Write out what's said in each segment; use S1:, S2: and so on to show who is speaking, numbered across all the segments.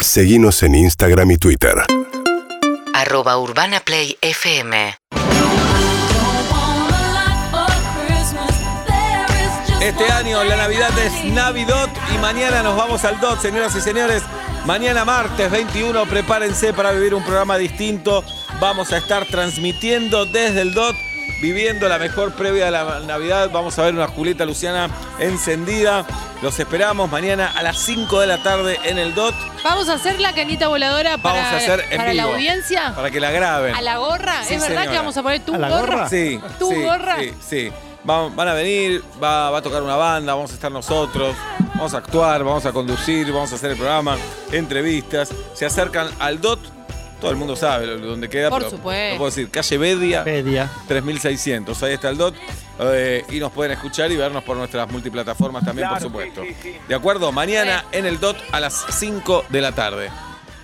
S1: Seguimos en Instagram y Twitter.
S2: Arroba Urbana Play FM.
S3: Este año la Navidad es Navidot y mañana nos vamos al DOT, señoras y señores. Mañana martes 21, prepárense para vivir un programa distinto. Vamos a estar transmitiendo desde el DOT, viviendo la mejor previa de la Navidad. Vamos a ver una Julieta Luciana encendida. Los esperamos mañana a las 5 de la tarde en el DOT.
S4: Vamos a hacer la canita voladora para,
S3: Vamos a hacer en
S4: para la
S3: vivo.
S4: audiencia.
S3: Para que la graben.
S4: Ah. A la gorra.
S3: Sí,
S4: ¿Es verdad
S3: señora.
S4: que vamos a poner tu
S5: ¿A la
S4: gorra?
S5: gorra?
S3: Sí.
S4: ¿Tu
S3: sí,
S4: gorra?
S3: Sí, sí. Va- Van, a venir, va, va a tocar una banda, vamos a estar nosotros, vamos a actuar, vamos a conducir, vamos a hacer el programa, entrevistas. Se acercan al DOT, todo el mundo sabe lo- dónde queda,
S4: Por
S3: pero
S4: supuesto.
S3: lo puedo decir, calle Bedia,
S5: Media.
S3: 3600. Ahí está el DOT. eh, y nos pueden escuchar y vernos por nuestras multiplataformas también, por supuesto. ¿De acuerdo? Mañana en el DOT a las 5 de la tarde.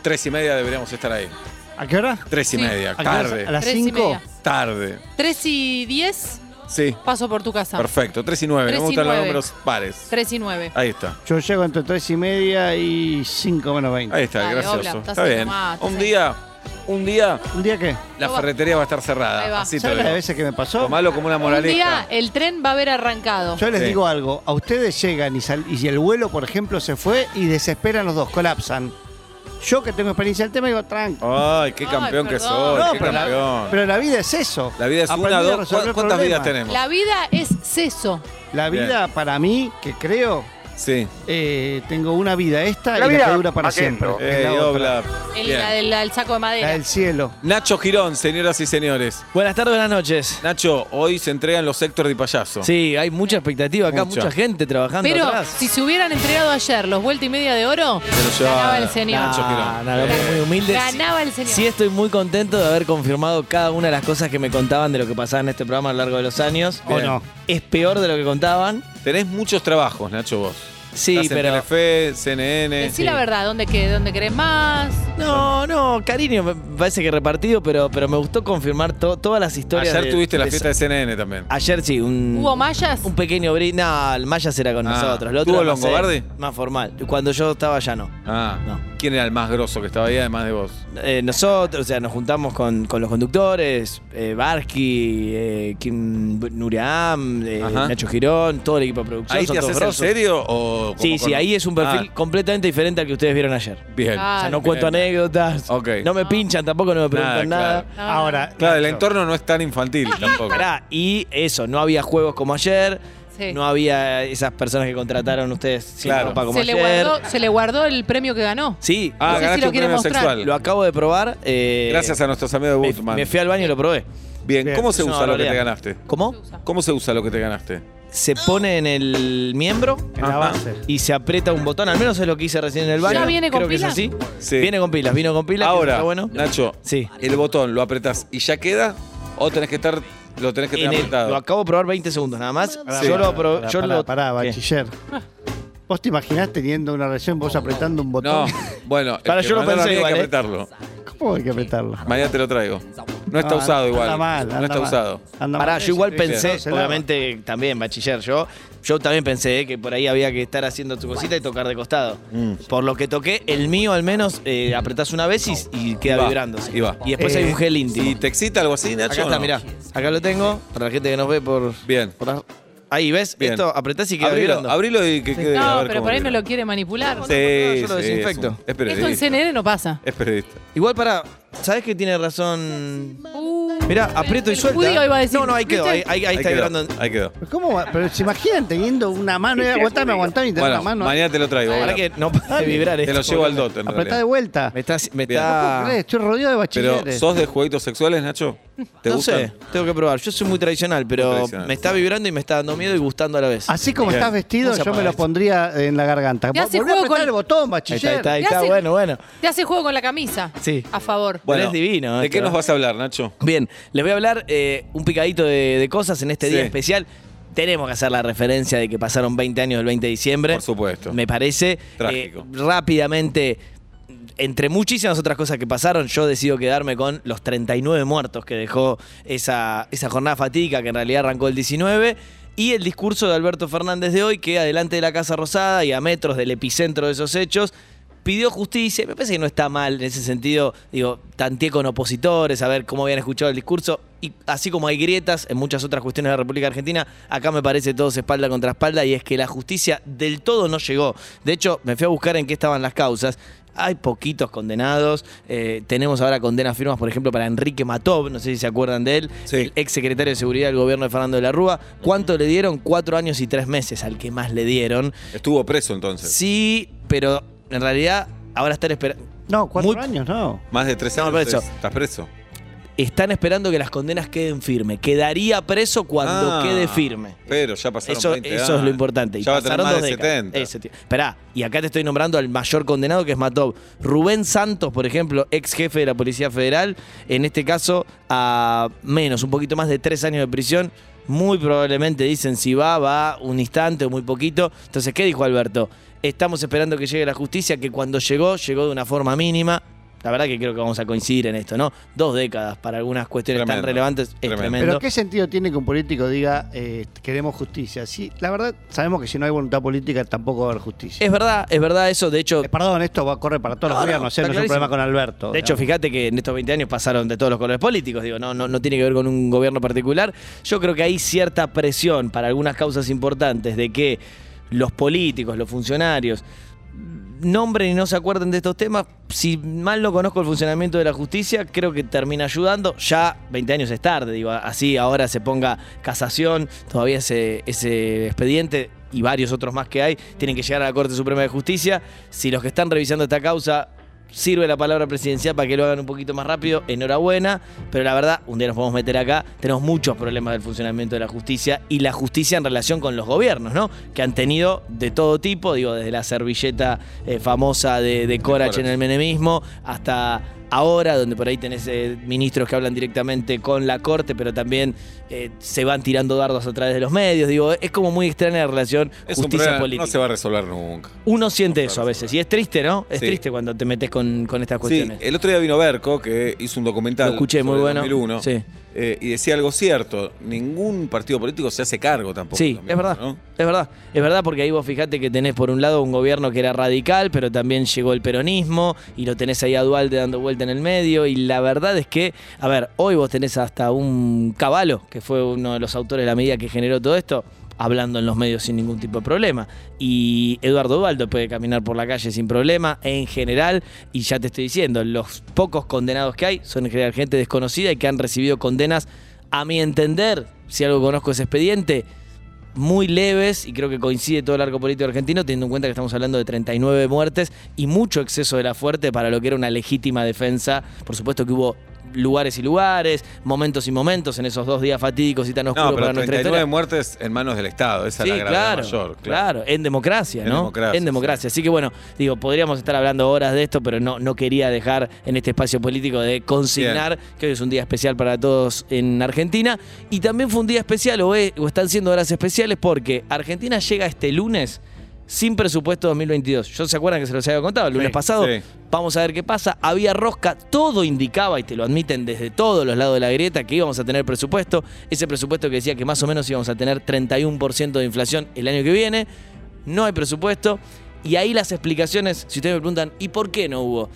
S3: Tres y media deberíamos estar ahí.
S5: ¿A qué hora?
S3: Tres y
S4: Sí.
S3: media.
S5: ¿A qué hora? A
S3: Tarde.
S5: las
S4: Tres y
S5: 5.
S4: media.
S3: Tarde.
S4: 3 y 10,
S3: Sí.
S4: paso por tu casa.
S3: Perfecto, 3 y 9.
S4: Tres
S3: No
S4: y
S3: me gustan los
S4: nueve.
S3: números pares.
S4: 3 y 9.
S3: Ahí está.
S5: Yo llego entre 3 y media y 5 menos 20.
S3: Ahí está,
S4: Dale,
S3: gracioso.
S4: Obla, estás
S3: está bien.
S4: nomás,
S3: un
S4: estás
S3: día, un día,
S5: ¿Un día qué?
S3: la
S4: Lo va-
S3: ferretería va a estar cerrada.
S4: Ahí va.
S3: Así te lo
S5: ¿Sabes las
S3: digo.
S5: veces que me pasó?
S3: Tomalo como una
S4: Un
S3: moraleja.
S4: día el tren va a haber arrancado.
S5: Yo les
S3: Sí.
S5: digo algo, a ustedes llegan y, sal- y el vuelo, por ejemplo, se fue y desesperan los dos, colapsan. Yo que tengo experiencia del tema digo, tranquilo.
S3: Ay, qué
S4: Ay,
S3: campeón que
S4: perdón.
S3: soy,
S4: No,
S3: qué
S5: pero,
S3: campeón.
S5: la, pero la vida es eso.
S3: la vida es
S5: Aprendí
S3: una,
S5: a
S3: dos.
S5: resolver
S3: ¿Cu- ¿Cuántas vidas
S5: problemas.
S3: tenemos?
S4: La vida es seso.
S5: La vida para mí, que creo,
S3: Sí.
S5: eh, tengo una vida esta
S6: La
S5: y la
S6: vida,
S5: que dura para
S6: aquí.
S5: siempre.
S3: Eh,
S5: es la otra,
S3: Obla.
S4: El,
S3: Bien.
S4: la del la del saco de
S5: la
S4: madera.
S5: del cielo.
S3: Nacho Girón, señoras y señores.
S7: Buenas tardes, buenas noches.
S3: Nacho, hoy se entregan los sectores de payaso.
S7: Sí, hay mucha expectativa acá,
S3: Mucha.
S7: mucha, gente trabajando
S4: Pero
S7: atrás.
S4: si se hubieran entregado ayer los vuelta y media de oro,
S3: Se lo lleva-
S4: ganaba el señor.
S3: Nacho
S7: Nah,
S3: Girón.
S7: nah, Ah, muy humilde.
S4: Ganaba el señor.
S7: Sí estoy muy contento de haber confirmado cada una de las cosas que me contaban de lo que pasaba en este programa a lo largo de los años.
S5: ¿O
S3: Bien.
S5: no?
S7: Es peor de lo que contaban.
S3: Tenés muchos trabajos, Nacho, vos.
S7: Sí,
S3: Estás
S7: pero-
S3: En Telefe, CNN.
S4: Decí la verdad, ¿dónde, qué, dónde querés más?
S7: No, no, cariño, me parece que repartido, pero, pero me gustó confirmar to- todas las historias.
S3: Ayer
S7: de-
S3: tuviste la
S7: de-
S3: fiesta de CNN también.
S7: Ayer sí, un.
S4: ¿Hubo mallas?
S7: Mm. Un pequeño brindis. No, el Mayas era con
S3: Ah,
S7: nosotros. Lo otro
S3: ¿tuvo
S7: era más-
S3: Longobardi?
S7: Más formal. Cuando yo estaba ya no.
S3: Ah,
S7: No.
S3: ¿quién era el más grosso que estaba ahí además de vos?
S7: Eh, nosotros, o sea, nos juntamos con, con los conductores, eh, Barsky, eh, Kim Nuriam, eh,
S3: Ajá.
S7: Nacho Girón, todo el equipo de producción.
S3: ¿Ahí
S7: son
S3: te
S7: todos
S3: haces en
S7: grosos.
S3: serio o como
S7: Sí,
S3: con-
S7: sí, ahí es un perfil
S3: Ah,
S7: completamente diferente al que ustedes vieron ayer.
S4: Ah,
S3: bien.
S7: O sea,
S4: Claro.
S7: no cuento
S3: Bien.
S7: anécdotas,
S3: Ok.
S7: no me pinchan tampoco, no me preguntan
S3: Nada,
S7: nada.
S3: claro.
S4: No.
S6: Ah.
S5: Ahora,
S3: Claro, el
S5: Nacho,
S3: entorno no es tan infantil
S4: Ah,
S3: tampoco. Ah,
S7: Pará, y eso, no había juegos como ayer,
S4: Sí.
S7: no había esas personas que contrataron ustedes sin
S3: Claro.
S7: ropa como
S4: se, le
S7: ayer.
S4: guardó, se le guardó el premio que ganó.
S7: Sí,
S4: No
S3: Ah,
S4: sé si
S3: ganaste
S4: lo
S3: un
S4: quiere
S3: premio
S4: mostrar.
S3: sexual.
S7: lo acabo de probar. eh,
S3: Gracias a nuestros amigos de
S7: me,
S3: Guzmán.
S7: me fui al baño y lo probé.
S3: Bien,
S5: Bien.
S3: ¿cómo se
S7: Es una
S3: usa lo que te
S7: barbaridad.
S3: ganaste?
S7: ¿Cómo?
S3: ¿Cómo se usa lo que te ganaste?
S7: se pone en el miembro
S5: en la
S3: Ajá.
S5: base.
S7: y se aprieta un botón, al menos es lo que hice recién en el baño.
S4: ¿Ya viene con
S7: Creo
S4: pila?
S7: que es así.
S3: Sí.
S7: Viene con pilas, vino con pilas. que
S3: Ahora,
S7: está bueno.
S3: Nacho,
S7: Sí.
S3: el botón lo apretás y ya queda o tenés que estar lo tenés que
S7: En
S3: tener
S7: el-
S3: apretado.
S7: lo acabo de probar 20 segundos nada más.
S5: Pará,
S7: yo
S5: pará,
S7: lo apro-
S5: pará,
S7: yo
S5: pará,
S7: lo-
S5: pará,
S7: ¿Qué?
S5: bachiller. ¿Vos te imaginás teniendo una relación, vos apretando un
S3: no,
S5: botón?
S3: bueno, el
S7: Para,
S3: que
S7: yo lo
S3: mandó la
S7: pensé
S3: mía hay que
S7: igual, ¿eh?
S3: apretarlo.
S5: ¿Cómo hay que apretarlo?
S3: Ah, Mañana te lo traigo. No está
S5: Ah,
S3: usado igual.
S5: Anda mal,
S3: no
S5: anda
S3: está
S5: mal.
S3: usado.
S5: Anda
S7: Pará,
S5: mal.
S7: yo igual
S3: sí,
S7: pensé,
S5: sí, se lava.
S7: obviamente también bachiller, yo, yo también pensé eh, que por ahí había que estar haciendo tu cosita y tocar de costado.
S3: Mm.
S7: Por lo que toqué, el mío al menos eh, apretás una vez y, y
S3: Y
S7: queda
S3: va,
S7: vibrando.
S3: y va.
S7: Y después
S5: Eh,
S7: hay un gel
S3: ¿Y
S7: íntimo.
S3: te excita algo así, Nacho?
S7: Acá
S3: o
S7: está,
S3: no?
S7: mirá. Acá lo tengo, para la gente que nos ve por...
S3: Bien.
S7: por las- Ahí, ¿ves?
S3: Bien.
S7: Esto apretás y queda
S3: Abrilo,
S7: vibrando.
S3: abrilo y que quede. a
S4: No,
S3: ver
S4: pero
S3: cómo
S4: por ahí no
S3: queda.
S4: lo quiere manipular.
S3: Sí,
S7: yo lo
S3: sí,
S7: desinfecto.
S3: es un- Es
S4: Esto en
S3: periodista.
S4: CNN no pasa.
S3: Es periodista.
S7: Igual para, ¿sabes que tiene razón?
S4: Uh,
S7: Mirá, aprieto y
S4: el
S7: suelta.
S4: judío iba a decir,
S7: no, no, ahí quedó, ahí,
S4: ¿viste?
S7: ahí- ahí está
S3: quedó,
S7: vibrando.
S3: Ahí quedó.
S5: Pero ¿Cómo va? Pero se imaginan teniendo una mano, eh, aguantame, aguantame y tener
S3: Bueno,
S5: una mano.
S3: mañana te lo traigo.
S7: Ahora
S3: bueno.
S7: que no puede vibrar
S3: Te
S7: esto.
S3: lo llevo al dot. en
S5: Apretá de
S3: realidad.
S5: vuelta.
S7: Me está... Me
S3: Bien.
S7: está
S5: ¿Crees? Estoy rodeado de
S3: Pero,
S5: bachilleres.
S3: ¿sos de jueguitos sexuales, Nacho? ¿Te
S7: no
S3: gustan?
S7: sé, tengo que probar. Yo soy muy tradicional, pero
S3: Muy tradicional,
S7: me está vibrando y me está dando miedo y gustando a la vez.
S5: Así como
S3: Bien.
S5: estás vestido,
S7: ¿Cómo se
S5: yo me
S7: apaga
S5: lo
S7: esto?
S5: pondría en la garganta.
S4: Te hace
S5: Volvé a
S4: juego
S5: apretar
S4: con-
S5: el botón,
S7: ahí está, ahí
S5: bachiller.
S7: está, ahí
S4: ¿Qué
S7: está,
S4: hace?
S7: bueno, bueno.
S4: Te hace juego con la camisa.
S7: Sí.
S4: A favor.
S7: Bueno, es divino
S3: ¿De
S7: esto, ¿eh?
S3: qué nos
S7: ¿no?
S3: vas a hablar, Nacho?
S7: Bien, les voy a hablar eh, un picadito de, de cosas en este día
S3: Sí.
S7: especial. Tenemos que hacer la referencia de que pasaron 20 años del 20 de diciembre.
S3: Por supuesto.
S7: Me parece. eh,
S3: Trágico.
S7: rápidamente, entre muchísimas otras cosas que pasaron, yo decido quedarme con los 39 muertos que dejó esa, esa jornada fatídica que en realidad arrancó el 19. Y el discurso de Alberto Fernández de hoy, que adelante de la Casa Rosada y a metros del epicentro de esos hechos, pidió justicia. Me parece que no está mal en ese sentido. Digo, tanteé con opositores, a ver cómo habían escuchado el discurso. Y así como hay grietas en muchas otras cuestiones de la República Argentina, acá me parece todos espalda contra espalda y es que la justicia del todo no llegó. De hecho, me fui a buscar en qué estaban las causas. Hay poquitos condenados. Eh, tenemos ahora condenas firmas, por ejemplo, para Enrique Matov, no sé si se acuerdan de él,
S3: Sí.
S7: el ex secretario de Seguridad del gobierno de Fernando de la Rúa. ¿Cuánto le dieron? Cuatro años y tres meses al que más le dieron.
S3: Estuvo preso entonces.
S7: Sí, pero en realidad ahora están esperando.
S5: No, cuatro
S7: Muy-
S5: años, no.
S3: Más de tres
S7: No,
S3: años.
S7: por eso.
S3: es- Estás preso.
S7: Están esperando que las condenas queden firme. Quedaría preso cuando
S3: Ah,
S7: quede firme.
S3: Pero ya pasaron
S7: Eso,
S3: 20
S7: eso es lo
S3: años.
S7: importante. Y
S3: Ya va a tener
S7: pasaron
S3: más
S7: dos
S3: de
S7: décadas.
S3: 70.
S7: Eso, tío. Esperá, y acá te estoy nombrando al mayor condenado que es Matov. Rubén Santos, por ejemplo, ex jefe de la Policía Federal, en este caso a menos, un poquito más de tres años de prisión. Muy probablemente dicen si va, va un instante o muy poquito. Entonces, ¿qué dijo Alberto? Estamos esperando que llegue la justicia, que cuando llegó, llegó de una forma mínima. La verdad que creo que vamos a coincidir en esto, ¿no? Dos décadas para algunas cuestiones
S3: Tremendo,
S7: tan relevantes es
S3: tremendo.
S7: tremendo.
S5: Pero ¿qué sentido tiene que un político diga eh, queremos justicia? Sí, la verdad, sabemos que si no hay voluntad política tampoco va a haber justicia.
S7: Es verdad, es verdad eso. De hecho,
S5: Eh, perdón, esto va a correr para todos
S7: No,
S5: los
S7: no,
S5: gobiernos, eh,
S7: está
S5: no es un
S7: clarísimo.
S5: problema con Alberto.
S7: De hecho,
S5: digamos.
S7: fíjate que en estos 20 años pasaron de todos los colores políticos, digo, no, no, no tiene que ver con un gobierno particular. Yo creo que hay cierta presión para algunas causas importantes de que los políticos, los funcionarios, nombren y no se acuerden de estos temas. Si mal no conozco el funcionamiento de la justicia, creo que termina ayudando. Ya 20 años es tarde, digo, así ahora se ponga casación, todavía ese, ese expediente y varios otros más que hay, tienen que llegar a la Corte Suprema de Justicia. Si los que están revisando esta causa sirve la palabra presidencial para que lo hagan un poquito más rápido, enhorabuena, pero la verdad, un día nos podemos meter acá, tenemos muchos problemas del funcionamiento de la justicia y la justicia en relación con los gobiernos, ¿no? Que han tenido de todo tipo, digo, desde la servilleta eh, famosa de, de Corach en el menemismo hasta ahora, donde por ahí tenés eh, ministros que hablan directamente con la corte, pero también eh, se van tirando dardos a través de los medios, digo, es como muy extraña la relación
S3: Es un
S7: justicia
S3: problema,
S7: política.
S3: no se va a resolver nunca.
S7: Uno siente
S3: No,
S7: eso a
S3: claro,
S7: veces
S3: claro.
S7: y es triste, ¿no? Es
S3: ¿eh? Sí.
S7: triste cuando te metes con, con estas
S3: Sí,
S7: cuestiones.
S3: el otro día vino Berco, que hizo un documental
S7: Lo escuché, muy
S3: sobre
S7: bueno.
S3: 2001,
S7: Sí.
S3: eh, y decía algo cierto, ningún partido político se hace cargo tampoco.
S7: Sí,
S3: también,
S7: es verdad,
S3: ¿no?
S7: es verdad, es verdad porque ahí vos fijate que tenés por un lado un gobierno que era radical, pero también llegó el peronismo y lo tenés ahí a Dualde dando vuelta en el medio y la verdad es que, a ver, hoy vos tenés hasta un Caballo, que fue uno de los autores de la medida que generó todo esto, hablando en los medios sin ningún tipo de problema y Eduardo Dualdo puede caminar por la calle sin problema en general y ya te estoy diciendo, los pocos condenados que hay son en general gente desconocida y que han recibido condenas, a mi entender, si algo conozco ese expediente, muy leves y creo que coincide todo el arco político argentino, teniendo en cuenta que estamos hablando de 39 muertes y mucho exceso de la fuerte para lo que era una legítima defensa. Por supuesto que hubo lugares y lugares, momentos y momentos en esos dos días fatídicos y tan oscuros
S3: No, pero
S7: para nuestra
S3: 39
S7: historia.
S3: muertes en manos del Estado, esa
S7: Sí,
S3: es la gravedad
S7: claro,
S3: mayor.
S7: claro, en democracia,
S3: En
S7: ¿no?
S3: democracia,
S7: en democracia. Así que bueno, digo, podríamos estar hablando horas de esto, pero no, no quería dejar en este espacio político de consignar que hoy es un día especial para todos en Argentina. Y también fue un día especial, o, es- o están siendo horas especiales, porque Argentina llega este lunes sin presupuesto 2022. Yo se acuerdan que se los había contado el lunes
S5: Sí,
S7: pasado.
S3: sí.
S7: Vamos a ver qué pasa. Había rosca, todo indicaba, y te lo admiten desde todos los lados de la grieta, que íbamos a tener presupuesto. Ese presupuesto que decía que más o menos íbamos a tener 31% de inflación el año que viene. No hay presupuesto. Y ahí las explicaciones, si ustedes me preguntan, ¿y por qué no hubo?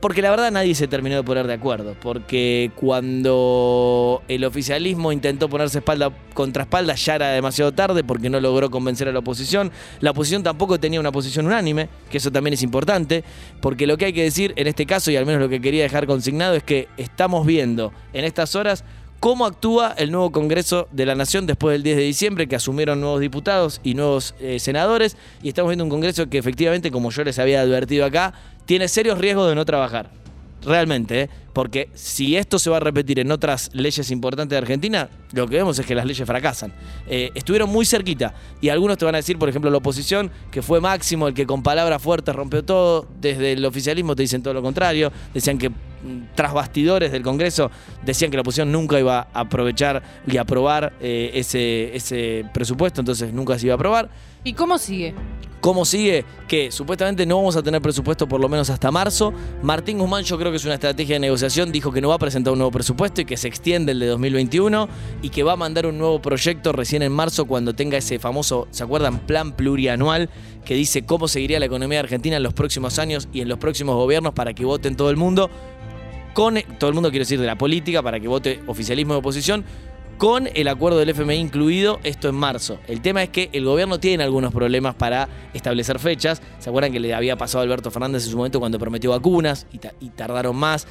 S7: Porque la verdad nadie se terminó de poner de acuerdo. Porque cuando el oficialismo intentó ponerse espalda contra espalda ya era demasiado tarde porque no logró convencer a la oposición. La oposición tampoco tenía una posición unánime, que eso también es importante. Porque lo que hay que decir en este caso, y al menos lo que quería dejar consignado, es que estamos viendo en estas horas cómo actúa el nuevo Congreso de la Nación después del 10 de diciembre, que asumieron nuevos diputados y nuevos eh, senadores. Y estamos viendo un Congreso que efectivamente, como yo les había advertido acá, tiene serios riesgos de no trabajar. Realmente, ¿eh? porque si esto se va a repetir en otras leyes importantes de Argentina, lo que vemos es que las leyes fracasan. Eh, estuvieron muy cerquita y algunos te van a decir, por ejemplo, la oposición, que fue Máximo el que con palabras fuertes rompió todo, desde el oficialismo te dicen todo lo contrario, decían que mm, tras bastidores del Congreso decían que la oposición nunca iba a aprovechar y aprobar eh, ese, ese presupuesto, entonces nunca se iba a aprobar.
S4: ¿Y cómo sigue?
S7: ¿Cómo sigue? Que supuestamente no vamos a tener presupuesto por lo menos hasta marzo. Martín Guzmán yo creo que es una estrategia de negociación, dijo que no va a presentar un nuevo presupuesto y que se extiende el de 2021 y que va a mandar un nuevo proyecto recién en marzo cuando tenga ese famoso, ¿se acuerdan? Plan plurianual que dice cómo seguiría la economía argentina en los próximos años y en los próximos gobiernos para que voten todo el mundo con todo el mundo quiero decir de la política para que vote oficialismo y oposición con el acuerdo del FMI incluido, esto en marzo. El tema es que el gobierno tiene algunos problemas para establecer fechas. ¿Se acuerdan que le había pasado a Alberto Fernández en su momento cuando prometió vacunas y, ta- y tardaron más?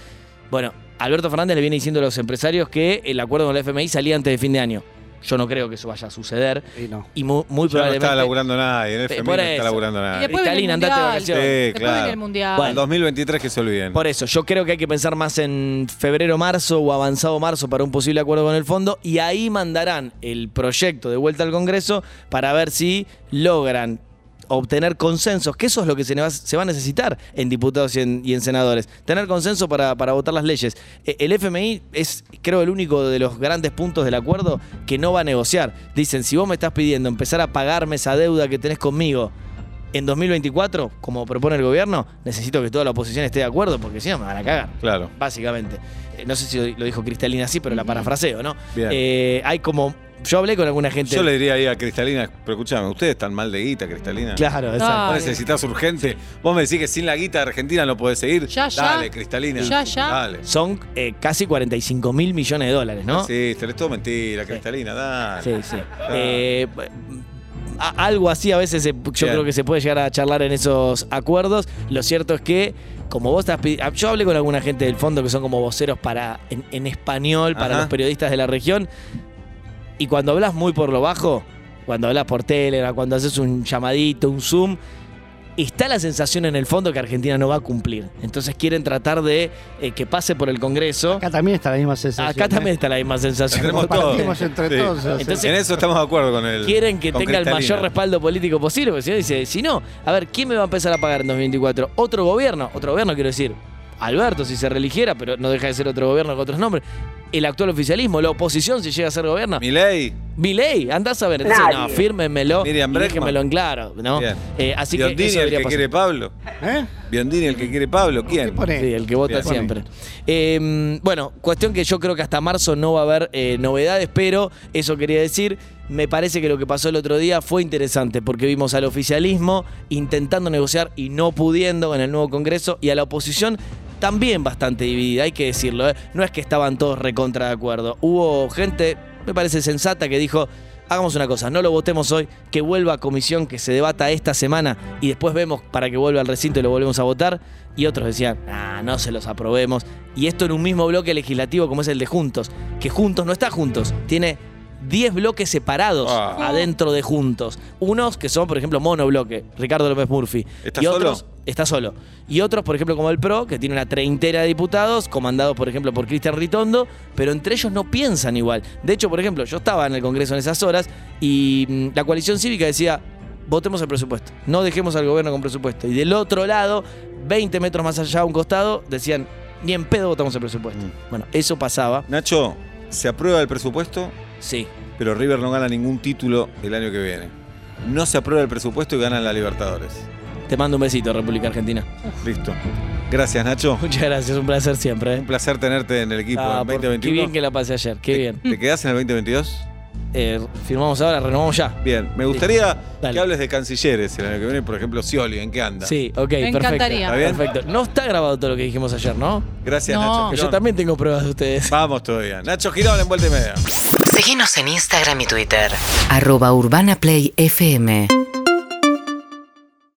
S7: Bueno, Alberto Fernández le viene diciendo a los empresarios que el acuerdo con el FMI salía antes de fin de año. Yo no creo que eso vaya a suceder
S5: Y no.
S7: y mu- muy,
S3: Ya no
S7: probablemente...
S3: está laburando nadie, en el
S7: Pe-
S3: FMI
S7: por
S3: no está
S7: eso.
S3: laburando
S4: Y
S3: nadie.
S4: después viene
S7: Italina,
S4: el
S7: Ah, andate
S4: mundial.
S7: de vacaciones.
S3: Sí,
S4: Después
S3: claro.
S4: viene el mundial.
S3: El 2023 que se olviden.
S7: Por eso, yo creo que hay que pensar más en febrero, marzo o avanzado marzo para un posible acuerdo con el fondo y ahí mandarán el proyecto de vuelta al Congreso para ver si logran obtener consensos, que eso es lo que se, ne- va, se va a necesitar en diputados y en, y en senadores, tener consenso para, para votar las leyes. E- El FMI es, creo, el único de los grandes puntos del acuerdo que no va a negociar. Dicen, si vos me estás pidiendo empezar a pagarme esa deuda que tenés conmigo, en 2024, como propone el gobierno, necesito que toda la oposición esté de acuerdo, porque si no me van a cagar,
S3: Claro.
S7: básicamente. Eh, No sé si lo dijo Cristalina así, pero la parafraseo, ¿no?
S3: Bien.
S7: Eh, hay como. Yo hablé con alguna gente.
S3: Yo le diría ahí a Cristalina, pero escúchame, ustedes están mal de guita, Cristalina.
S7: Claro, exacto.
S3: Vos
S4: Dale.
S3: necesitas urgente. Vos me decís que sin la guita de Argentina no podés seguir.
S4: Ya, ya.
S3: Dale, Cristalina.
S4: Ya, ya.
S3: Dale.
S7: Son eh, casi 45 mil millones de dólares, ¿no?
S3: Sí, tenés todo mentira, Cristalina, dale.
S7: Sí, sí. Eh, a- algo así a veces se- yo creo que se puede llegar a charlar en esos acuerdos. Lo cierto es que, como vos estás pidi- Yo hablé con alguna gente del fondo que son como voceros para en, en español para
S3: Ajá.
S7: los periodistas de la región. Y cuando hablas muy por lo bajo, cuando hablas por Telegram, cuando haces un llamadito, un Zoom, está la sensación en el fondo que Argentina no va a cumplir. Entonces quieren tratar de eh, que pase por el Congreso. Acá,
S5: Acá también está la misma sensación. ¿eh?
S7: también está la misma sensación.
S3: tenemos todo.
S5: Compartimos entre
S3: Sí.
S5: todos. o sea,
S7: Entonces,
S3: en eso estamos de acuerdo con el.
S7: quieren que
S3: con
S7: tenga el
S3: Cristalina.
S7: mayor respaldo político posible, porque si no dice, si no, a ver, ¿quién me va a empezar a pagar en 2024? Otro gobierno, otro gobierno quiero decir, Alberto si se religiera, pero no deja de ser otro gobierno con otros nombres. El actual oficialismo, la oposición si llega a ser gobierno.
S3: Milei.
S7: Milei, andás a ver, entonces, no, fírmenmelo
S3: Miriam
S7: y
S3: Bregman.
S7: déjenmelo en claro, ¿no?
S3: Bien.
S7: Eh, así que
S3: Biondini el
S7: eso debería
S3: que
S7: pasar.
S3: quiere Pablo.
S5: ¿eh?
S3: Biondini el que quiere Pablo.
S5: ¿Qué
S3: ¿Quién?
S5: pone?
S7: Sí, el que vota
S3: Bien.
S7: siempre. Eh, bueno, cuestión que yo creo que hasta marzo no va a haber eh, novedades, pero eso quería decir, me parece que lo que pasó el otro día fue interesante, porque vimos al oficialismo intentando negociar y no pudiendo en el nuevo Congreso y a la oposición también bastante dividida, hay que decirlo. ¿eh? No es que estaban todos recontra de acuerdo. Hubo gente, me parece sensata, que dijo... Hagamos una cosa, no lo votemos hoy, que vuelva a comisión, que se debata esta semana y después vemos para que vuelva al recinto y lo volvemos a votar. Y otros decían, ah, no se los aprobemos. Y esto en un mismo bloque legislativo como es el de Juntos, que Juntos no está Juntos, tiene 10 bloques separados
S3: Ah.
S7: adentro de Juntos. Unos que son, por ejemplo, monobloque, Ricardo López Murphy.
S3: ¿Está
S7: y
S3: solo?
S7: otros está solo. Y otros, por ejemplo, como el PRO, que tiene una treintera de diputados, comandados, por ejemplo, por Cristian Ritondo, pero entre ellos no piensan igual. De hecho, por ejemplo, yo estaba en el Congreso en esas horas y mm, la coalición cívica decía, votemos el presupuesto, no dejemos al gobierno con presupuesto. Y del otro lado, 20 metros más allá a un costado, decían, ni en pedo votamos el presupuesto.
S3: Mm.
S7: Bueno, eso pasaba,
S3: Nacho, se aprueba el presupuesto,
S7: sí.
S3: pero River no gana ningún título el año que viene. No se aprueba el presupuesto y ganan la Libertadores.
S7: Te mando un besito, República Argentina.
S3: Listo. Gracias, Nacho.
S7: Muchas gracias, un placer siempre. ¿eh?
S3: Un placer tenerte en el equipo
S7: Ah,
S3: en
S7: por- qué
S3: 2021.
S7: bien que la pasé ayer, qué
S3: ¿Te-
S7: bien.
S3: ¿Te quedás en el 2022?
S7: Eh, firmamos ahora, renovamos ya.
S3: Bien, me gustaría
S7: Dale.
S3: que hables de cancilleres el año que viene, por ejemplo, Scioli, ¿en qué anda?
S7: Sí, ok,
S4: Me
S7: perfecto.
S4: encantaría.
S3: ¿Está bien?
S7: Perfecto. No está grabado todo lo que dijimos ayer, ¿no?
S3: Gracias,
S4: No.
S3: Nacho.
S7: Que
S3: Girón.
S7: yo también tengo pruebas de ustedes.
S3: Vamos todavía. Nacho Girón en vuelta y media.
S2: Seguinos en Instagram y Twitter. Arroba Urbana Play FM